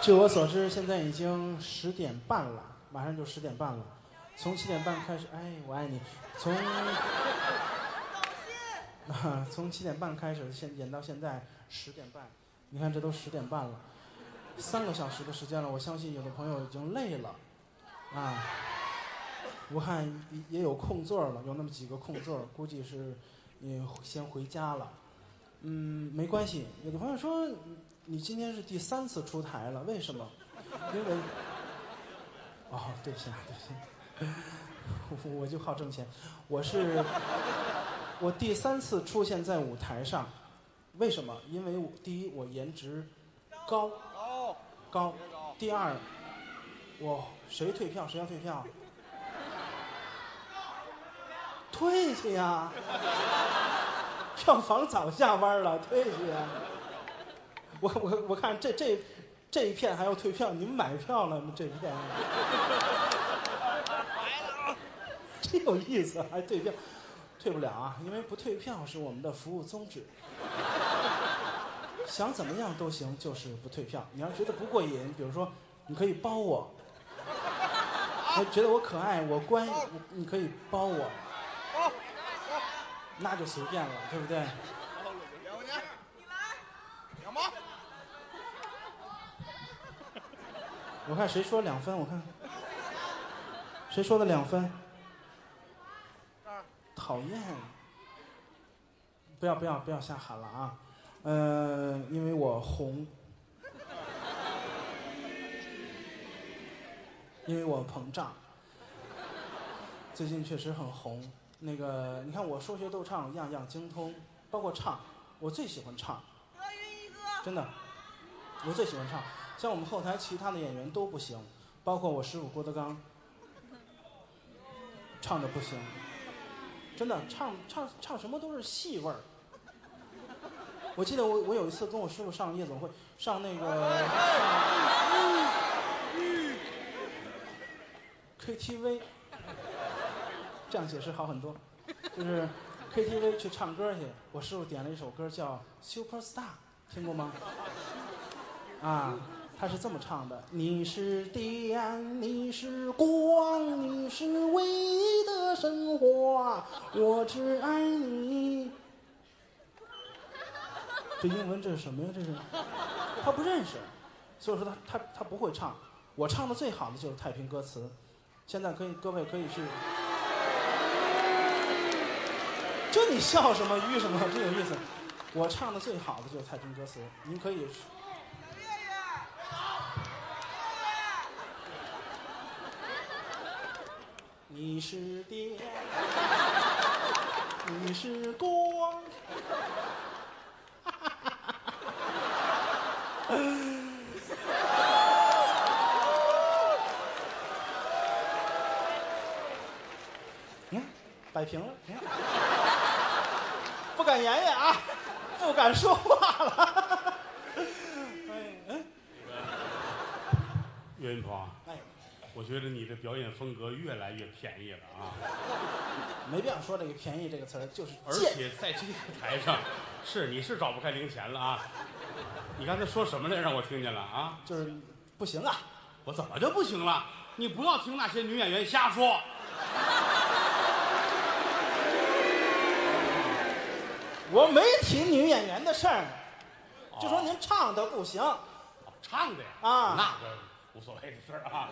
据我所知，现在已经十点半了，马上就十点半了。从七点半开始，哎，我爱你。从啊， 从七点半开始，现演到现在十点半，你看这都十点半了，三个小时的时间了。我相信有的朋友已经累了，啊，我看也也有空座了，有那么几个空座，估计是你先回家了。嗯，没关系。有的朋友说，你今天是第三次出台了，为什么？因为，哦，对不起，啊， 对不起，我我就好挣钱。我是我第三次出现在舞台上，为什么？因为我第一，我颜值高高高；第二，我谁退票谁要退票？退去呀！ 票房早下班了，退去呀！我我我看这这这一片还要退票，你们买票了吗？这一片真有意思，还退票，退不了啊，因为不退票是我们的服务宗旨。想怎么样都行，就是不退票。你要觉得不过瘾，比如说，你可以包我，哎觉得我可爱，我乖，我你可以包我，那就随便了，对不对？两块钱，两毛，我看谁说两分，我看谁说的两分。这儿讨厌！不要不要不要瞎喊了啊！呃，因为我红，因为我膨胀，最近确实很红。那个，你看我说学逗唱样样精通，包括唱，我最喜欢唱，德云一哥，真的，我最喜欢唱。像我们后台其他的演员都不行，包括我师傅郭德纲，唱的不行，真的唱唱唱什么都是戏味儿。我记得我我有一次跟我师傅上夜总会，上那个上 KTV，这样解释好很多，就是 KTV 去唱歌去，我师傅点了一首歌叫《Super Star》，听过吗？啊，他是这么唱的：你是电，你是光，你是唯一的神话，我只爱你。这英文这是什么呀？这是他不认识，所以说他他他不会唱。我唱的最好的就是太平歌词，现在可以各位可以去。这你笑什么？吁什么？真有意思。我唱的最好的就是太平歌词，您可以月月，你是电，你是光。你看，摆平了，你看，不敢言言啊，不敢说话了。哎哎岳云鹏，哎，我觉得你的表演风格越来越便宜了啊，没必要说这个“便宜”这个词儿，就是而贱且在这个台上，是你是找不开零钱了啊。你刚才说什么来让我听见了啊？就是不行啊。我怎么就不行了？你不要听那些女演员瞎说。我没提女演员的事儿，就说您唱的不行。哦唱的呀啊那个无所谓的事儿啊，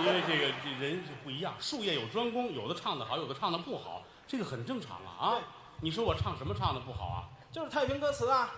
因为这个这人是不一样，术业有专攻，有的唱的好，有的唱的不好，这个很正常啊啊对！你说我唱什么唱的不好啊？就是太平歌词啊，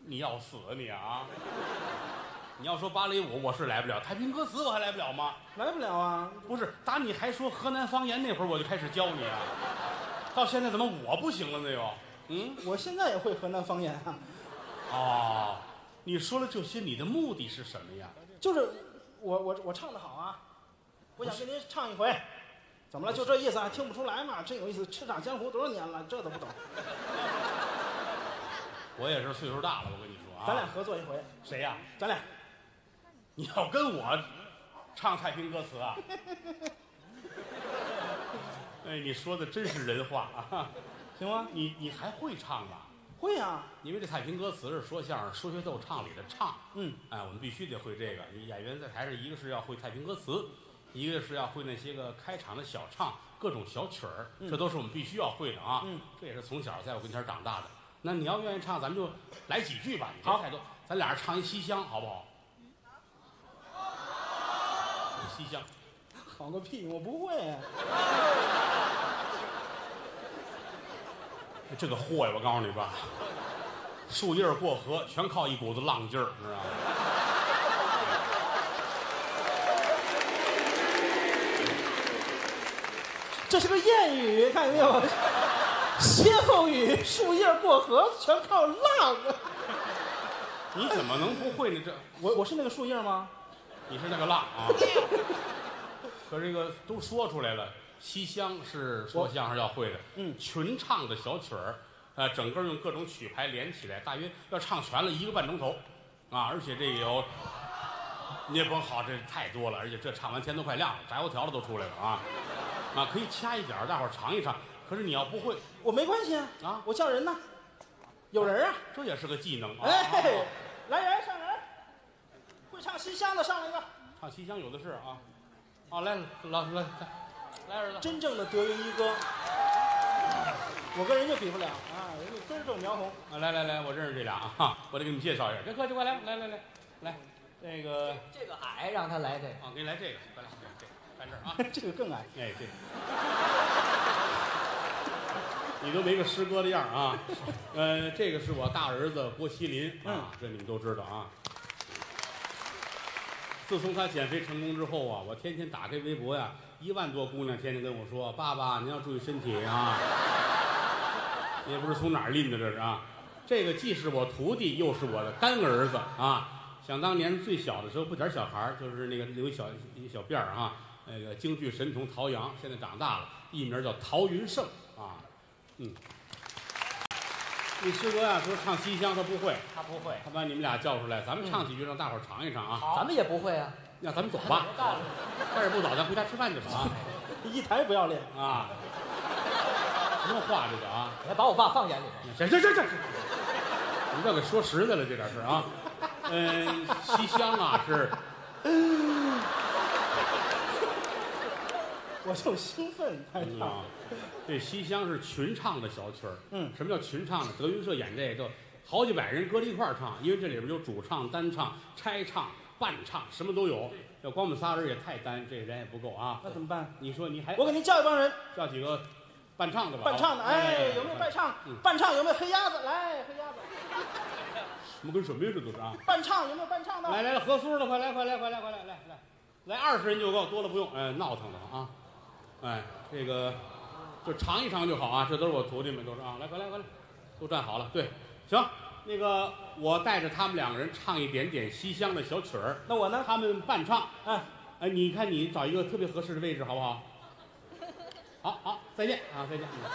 你要死啊你啊！你要说芭蕾舞，我是来不了；太平歌词我还来不了吗？来不了啊。不是，打你还说河南方言那会儿，我就开始教你啊，到现在怎么我不行了呢又？嗯，我现在也会河南方言啊，哦，你说了这些，你的目的是什么呀？就是我我我唱的好啊，我想跟您唱一回。怎么了？就这意思啊？听不出来嘛？真有意思，叱咤江湖多少年了，这都不懂。我也是岁数大了，我跟你说啊，咱俩合作一回，谁呀、咱俩你要跟我唱太平歌词 啊？哎，你说的真是人话啊！行吗？你你还会唱吗？会啊，因为这太平歌词是说相声、说学逗唱里的唱，嗯，哎，我们必须得会这个。演员在台上，一个是要会太平歌词，一个是要会那些个开场的小唱、各种小曲儿，这都是我们必须要会的啊。嗯，这也是从小在我跟前长大的。那你要愿意唱，咱们就来几句吧。你别太多，咱俩人唱一西厢，好不好？西厢，好个屁，我不会。啊这个货呀，我告诉你吧，树叶儿过河全靠一股子浪劲儿，知道吗？这是个谚语，看见没有？歇后语，树叶过河全靠浪。你怎么能不会呢？这我我是那个树叶吗？你是那个浪啊！ 可这个都说出来了，西厢是说相声要会的，嗯群唱的小曲儿，呃，整个用各种曲牌连起来，大约要唱全了一个半钟头，啊，而且这也有，你也甭好，这太多了，而且这唱完天都快亮了，炸油条了都出来了啊，啊，可以掐一点儿，大伙儿尝一尝。可是你要不会，我没关系啊，啊我叫人呢，有人啊。这也是个技能啊！哎，来人上人，会唱西厢的上来一个。唱西厢有的是啊，啊，来老来来来儿子。真正的德云一哥，我跟人家比不了啊，人家根正苗红。啊，来来来，我认识这俩啊， 我得给你们介绍一下。这客气，快来来来来来，这个这个矮让他来这个，啊，给你来这个，快来这这站这儿 啊。这个更矮。哎，这，你都没个师哥的样儿啊。 呃，这个是我大儿子郭麒麟嗯啊，这你们都知道啊。自从他减肥成功之后啊，我天天打开微博呀、一万多姑娘天天跟我说：“爸爸，您要注意身体啊！”也不知从哪儿拎的这是啊。这个既是我徒弟，又是我的干儿子啊。想当年最小的时候，不点儿小孩儿，就是那个留一小一小辫儿啊，那个京剧神童陶阳，现在长大了，艺名叫陶云胜啊。嗯，你师哥呀、说唱西厢他不会，他不会，他把你们俩叫出来，咱们唱几句，让大伙儿尝一尝啊。咱们也不会啊。那咱们走吧，道理，但是不早，咱回家吃饭去吧啊。一抬不要脸，啊，什么话这个啊？你还把我爸放眼里头。这这这这，你倒给说实在了，这点事儿啊。嗯，西厢啊是我就兴奋开嗯唱啊。，这西厢是群唱的小曲儿。嗯什么叫群唱呢？德云社演这个，好几百人搁在一块儿唱，因为这里边有主唱、单唱、拆唱、伴唱，什么都有。要光我们仨人也太单，这人也不够啊那。怎么办？你说你还我给您叫一帮人，叫几个伴唱的吧？啊伴唱的，好吧哎，有没有伴？唱嗯？伴唱有没有黑鸭子？来，黑鸭子。什么跟什么呀？这都是啊。伴唱有没有伴唱的？来来了，合苏了，快来快来快来快来来来，来二十人就够，多了不用，哎，闹腾的啊，哎，这个就尝一尝就好啊，这都是我徒弟们，都是啊，来快来快来，都站好了，对，行，那个我带着他们两个人唱一点点西厢的小曲儿，那我呢？他们伴唱，哎，哎，你看你找一个特别合适的位置好不好？好好，再见啊，再见。嗯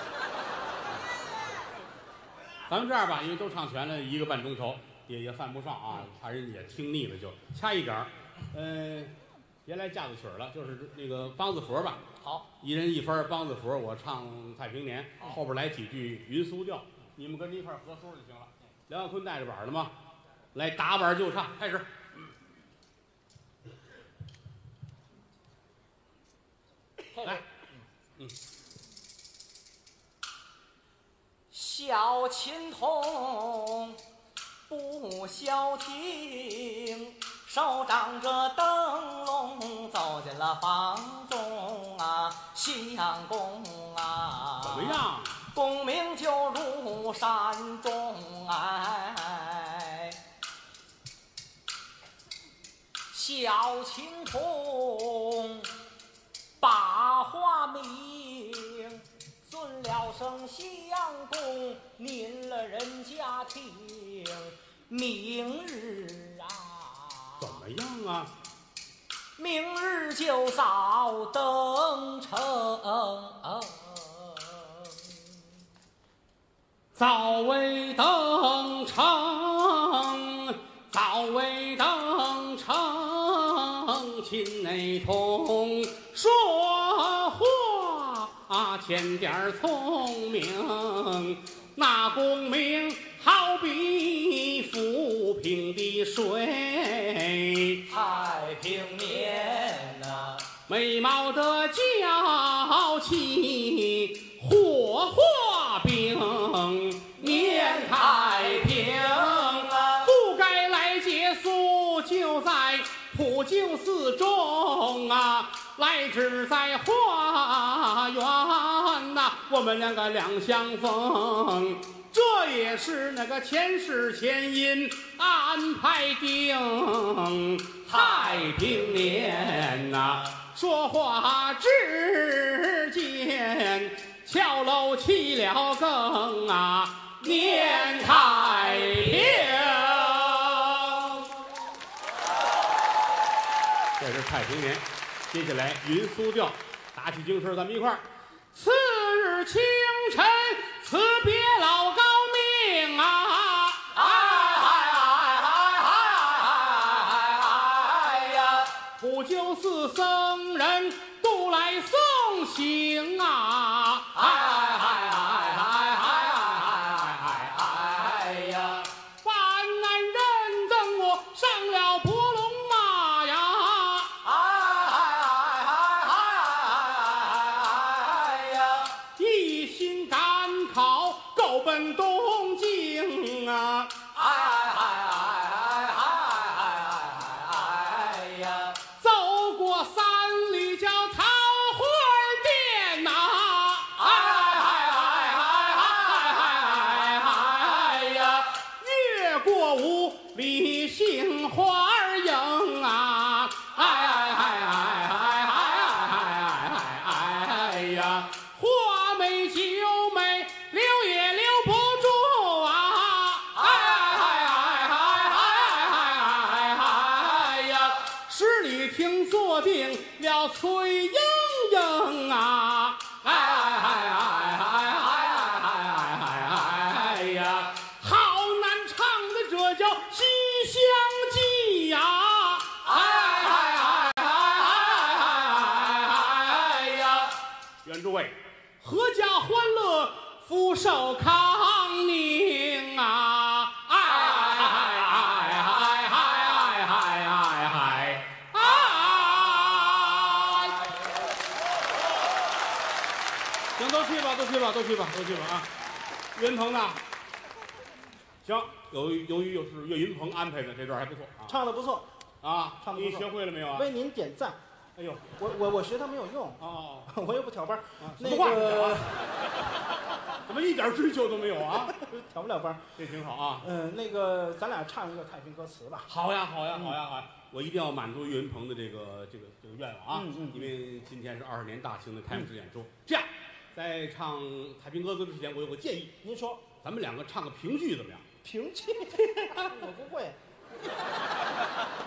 咱们这样吧，因为都唱全了一个半钟头，也也犯不上啊，怕人也听腻了就掐一点儿。嗯、别来架子曲儿了，就是那个梆子佛吧，好，一人一分儿梆子佛，我唱太平年，后边来几句云苏调，你们跟着一块儿合苏就行了。梁耀坤带着板儿了吗？来打板儿就唱，开始。来，小琴童不消停，手掌着灯笼走进了房中啊，西阳宫啊，怎么？样？功名就如山中哎。小青铜把花明，尊了声相公，您了人家听，明日啊。怎么样啊？明日就早登城。早为登城，早为登城，亲内同说话，欠点儿聪明，那功名还好比浮萍的水，太平年呐、美貌的娇妻火化饼，年年太太平平啊不该来结束，就在普救寺中啊，来只在啊花园呐、我们两个两相逢。这也是那个前世前因安排定，太平年呐、说话之间，翘楼起了更啊，年太平。这是太平年，接下来云苏调，打起精神，咱们一块儿。次日清晨，辞别老高命啊！哎哎哎哎哎哎哎呀！普救寺僧人渡来送行啊！哎哎哎哎哎哎哎哎呀！犯难人等我上了伯龙马呀！哎哎哎哎哎哎哎哎呀！一心赶考，够奔东京啊！哎哎哎哎哎哎哎哎哎呀！走过三里叫桃花店呐、哎哎哎哎哎哎哎呀！越过五里杏花儿营啊！哎哎哎哎哎哎哎哎哎呀！花美酒美，留也留不住啊！哎哎哎哎哎哎哎呀！十里亭坐定了崔莺莺啊！哎哎哎哎哎哎哎哎哎呀！好难唱的这叫《西厢记》呀！哎哎哎哎哎哎呀！愿诸位阖家欢乐，福寿康宁啊！哎哎哎哎哎哎哎哎哎哎！行，都去吧，都去吧，都去吧，都去吧啊！岳云鹏呢？行，由于由于又是岳云鹏安排的，这段还不错啊。唱的不错，啊，唱得不你错学会了没有啊？为您点赞。哎呦，我我我学它没有用， 哦，我又不挑班儿啊，什那么 话个怎么一点追求都没有 啊？挑不了班儿。这挺好啊。嗯，那个咱俩唱一个太平歌词吧。好呀，好呀，好呀，好呀！嗯我一定要满足岳云鹏的这个这个这个愿望啊！嗯嗯因为今天是二十年大庆的开幕式演出。这样，在唱《太平歌歌》之前，我有个建议，您说咱们两个唱个评剧怎么样？评剧，我不会，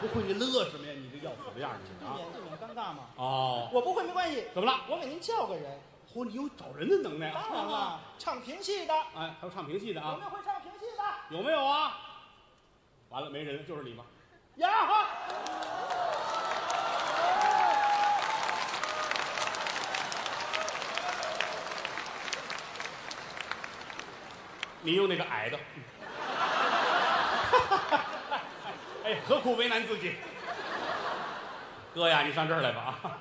不会你乐什么呀？你这要死的样儿，你这避 啊！免避免尴尬嘛。哦，我不会没关系，怎么了？我给您叫个人。嚯，你有找人的能耐啊！当然了，唱评戏的，哎，还有唱评戏的有啊没？有会唱评戏的？有没有啊？完了，没人，就是你吧？呀，你用那个矮的。 哎，何苦为难自己？哥呀，你上这儿来吧啊！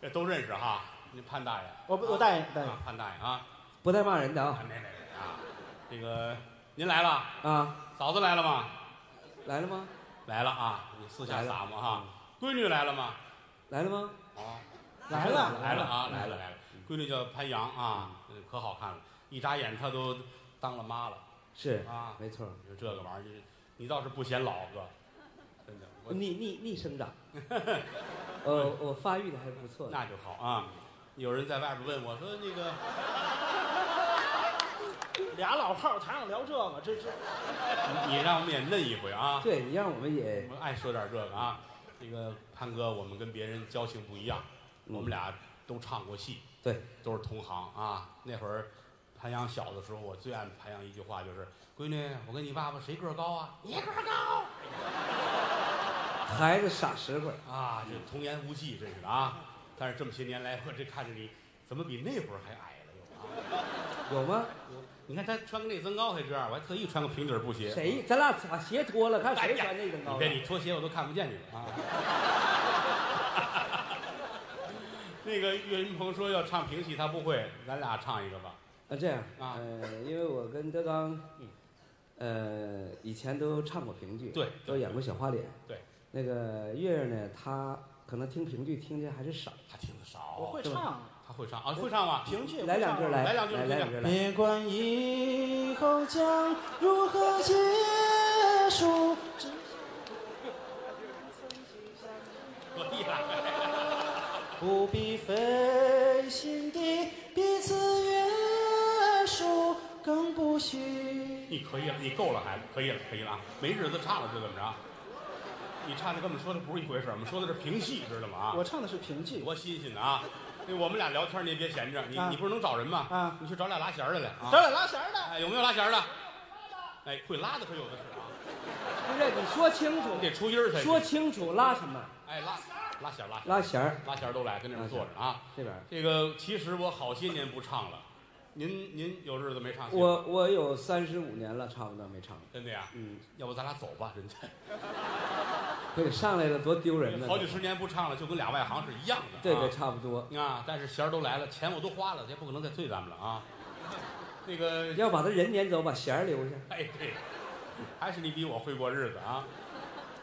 这都认识哈，那潘大爷我不我大爷大爷啊，潘大爷啊，不带骂人的啊潘大爷啊，这个您来了，啊，嫂子来了吗？来了吗？来了啊，你四下来了嗯撒嘛哈。闺女来了吗？来了吗？啊，来了嗯来了啊，来了来了。闺女叫潘阳啊，嗯可好看了，一眨眼她都当了妈了。是啊没错儿。你说这个玩意儿，就是你倒是不显老哥，真的，我逆逆逆生 长，呃，我发育的还不错。那就好啊。有人在外边问我说：“那个俩老炮儿谈上聊这个，这这你让我们也嫩一回啊对你让我们！”也我们爱说点这个啊。这个潘哥，我们跟别人交情不一样，嗯我们俩都唱过戏，对，都是同行啊。那会儿潘阳小的时候，我最爱潘阳一句话就是：“闺女，我跟你爸爸谁个儿高啊？”你个儿高。孩子傻实惠，啊，这童言无忌，真是的啊！但是这么些年来，我这看着你，怎么比那会儿还矮了又啊？有吗？你看他穿个内增高还这样，我还特意穿个平底布鞋。谁？咱俩把鞋脱了，看哎谁呀？穿那增高你了别，你脱鞋我都看不见你了啊。 那个岳云鹏说要唱评戏，他不会，咱俩唱一个吧。啊，嗯这样啊呃，因为我跟德刚，呃，以前都唱过评剧，对都演过小花脸，对。那个月月呢，她可能听评剧听的还是少，他听的少，我会唱，他会唱啊，会唱吗？评剧也会哦来两唱句啊来，来两句来来两两句句来。别管以后将如何结束，只可以啊了。不必费心地彼此约束，更不需你可以了，你够了，孩子，可以了，可以了啊！没日子唱了，是怎么着？你唱的跟我们说的不是一回事儿，我们说的是评戏，知道吗？啊，我唱的是评剧，多新鲜的啊！那我们俩聊天，你也别闲着，你、啊你不是能找人吗？啊你去找俩拉弦儿的来啊！咱俩拉弦儿的。哎，有没有拉弦儿的？哎，会拉的可有的是啊！不是，你说清你楚，得出音儿才行说清楚，拉什么？哎，拉拉弦儿拉弦儿拉弦儿拉弦儿都来，跟这边坐着啊。这边儿。这个其实我好些年不唱了，您您有日子没唱戏了我我有三十五年了，差不多没唱了。真的呀？嗯，要不咱俩走吧，人家这给上来了，多丢人呢！好几十年不唱了，就跟俩外行是一样的。对啊对，差不多。啊，但是弦儿都来了，钱我都花了，也不可能再退咱们了啊。那个，要把他人撵走，把弦儿留下。 哎，对，还是你比我会过日子啊。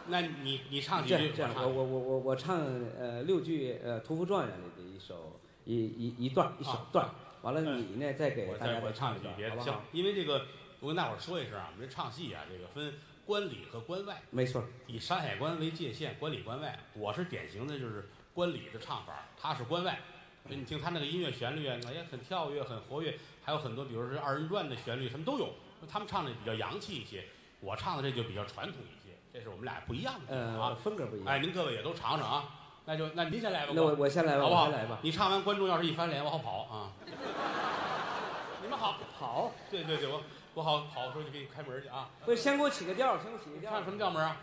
那你啊你唱几这样句？这样，唱我我我我我唱呃六句呃《屠夫状元》里的一首一一一段儿一小啊段儿，完了嗯你呢再给我大家再再我唱唱一几句段别儿，好的不行好？？因为这个，我跟大伙儿说一声啊，我们这唱戏啊，这个分关里和关外，没错儿，以山海关为界限，关里关外。我是典型的就是关里的唱法，他是关外。所以你听他那个音乐旋律啊，也很跳跃、很活跃，还有很多，比如说二人转的旋律，什么都有。他们唱的比较洋气一些，我唱的这就比较传统一些，这是我们俩不一样的地方呃啊。，风格不一样。哎，您各位也都尝尝啊。那就那您先来吧，那我我先来吧，好不我好？先来吧。你唱完，观众要是一翻脸，我好跑啊！ 你们好跑，对对对，我我好跑的时候就给你开门去啊！不是，先给我起个调儿，先给我起个你调唱儿什。么调门啊？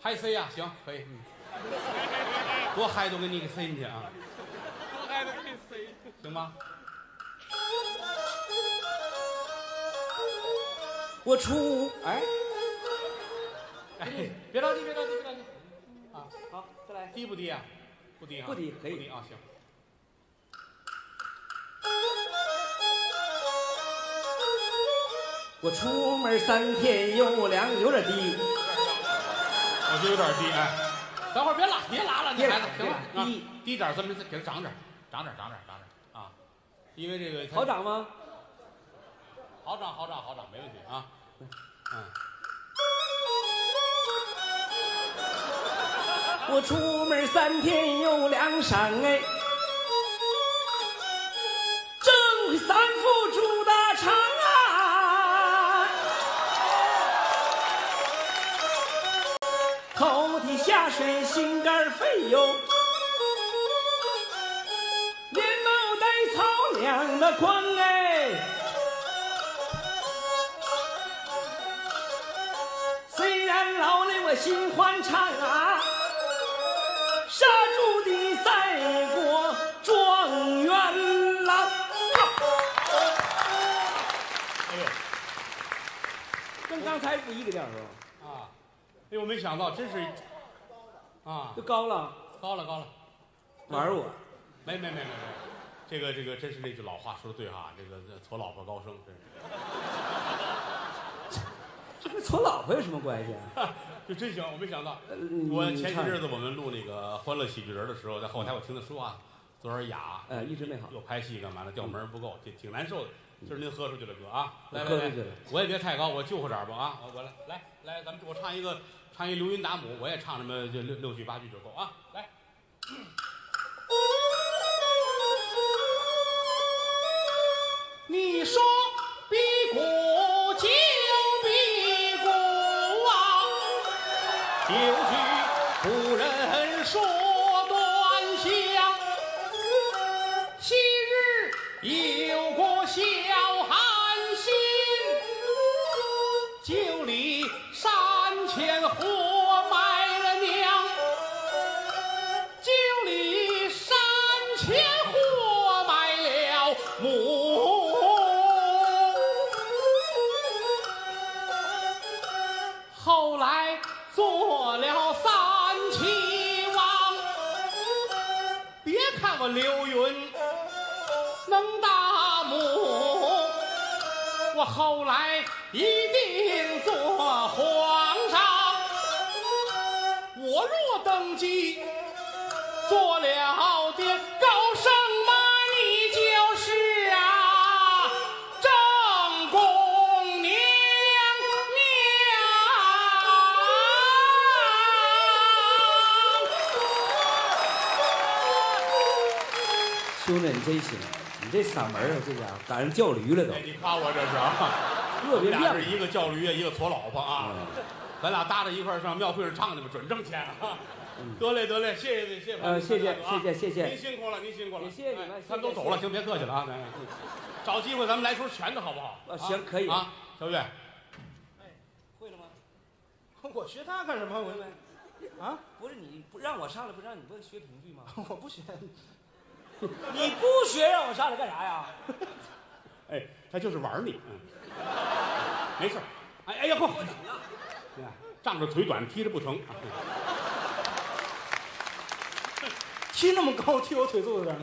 嗨 C 呀、行，可以，嗯，多嗨都给你给塞进去啊，多挨着给塞。行吗？我出屋，哎，哎，别着急，别着急，别着急，啊，好，再来。低不低啊？不低啊，不低可以不低啊，行。我出门三天又凉，有点低，我觉得有点低，哎，等会儿别拉，别拉了，你别拉孩子，行了，别拉啊低低点儿，咱们再给它涨点儿，涨点儿，涨点儿，涨点儿啊，因为这个它好涨吗？好涨，好涨，好涨，没问题啊，嗯，我出门三天又两晌哎，正三复出大肠啊，头底下水，心肝肺哟，连帽带草两个筐哎。虽然劳累我心欢畅啊，杀猪的赛过状元郎。哎呦。跟刚才不一个调儿是吧？啊，哎呦，我没想到，真是，啊，就高了，高了高了，玩我。没没没没没，这个这个真是那句老话说的对哈，这个这矬老婆高升，真是， 这跟娶老婆有什么关系啊？就真行，我没想到。呃你我你前些唱日子我们录那个《欢乐喜剧人》的时候，在后台我听他说啊，昨儿哑，呃一直没好又拍戏干嘛的，调门儿不够，挺挺难受的。今儿您喝出去了，哥啊，来喝来来出去了，我也别太高，我就乎点儿吧啊，我我来来来，咱们我唱一个，唱一刘云达姆，我也唱那么就六六句八句就够啊，来。你说比古就比古啊，九句古人说端详，昔日有个小韩信，九里山前活埋了娘，九里山前活埋了母。后来做了三齐王。别看我刘云能大母，我后来一定做皇上。我若登基，做了爹高升嘛，你就是啊正宫娘娘。兄弟，你真行，你这嗓门儿啊，这家伙赶上叫驴了都，哎，你夸我这是啊？特别嗯俩亮是。一个叫驴，一个矬老婆啊。咱俩搭着一块儿上庙会上唱去吧，准挣钱啊！得嘞得嘞，谢谢您，谢谢嗯呃谢谢啊谢谢谢谢您辛苦了，您辛苦了，也谢谢你们哎谢谢他们都走了，行，别客气了啊，咱找机会咱们来出全的好不好？呃啊行可以啊，小月，会了吗？ 我学他干什么？我啊，不是你不让我上来，不让你不学评剧吗？ 我不学。你不学让我上来干啥呀？哎，他就是玩你，嗯，没事儿，哎哎呀，嚯，哎呀仗着腿短踢着不疼啊！踢那么高，踢我腿肚子上。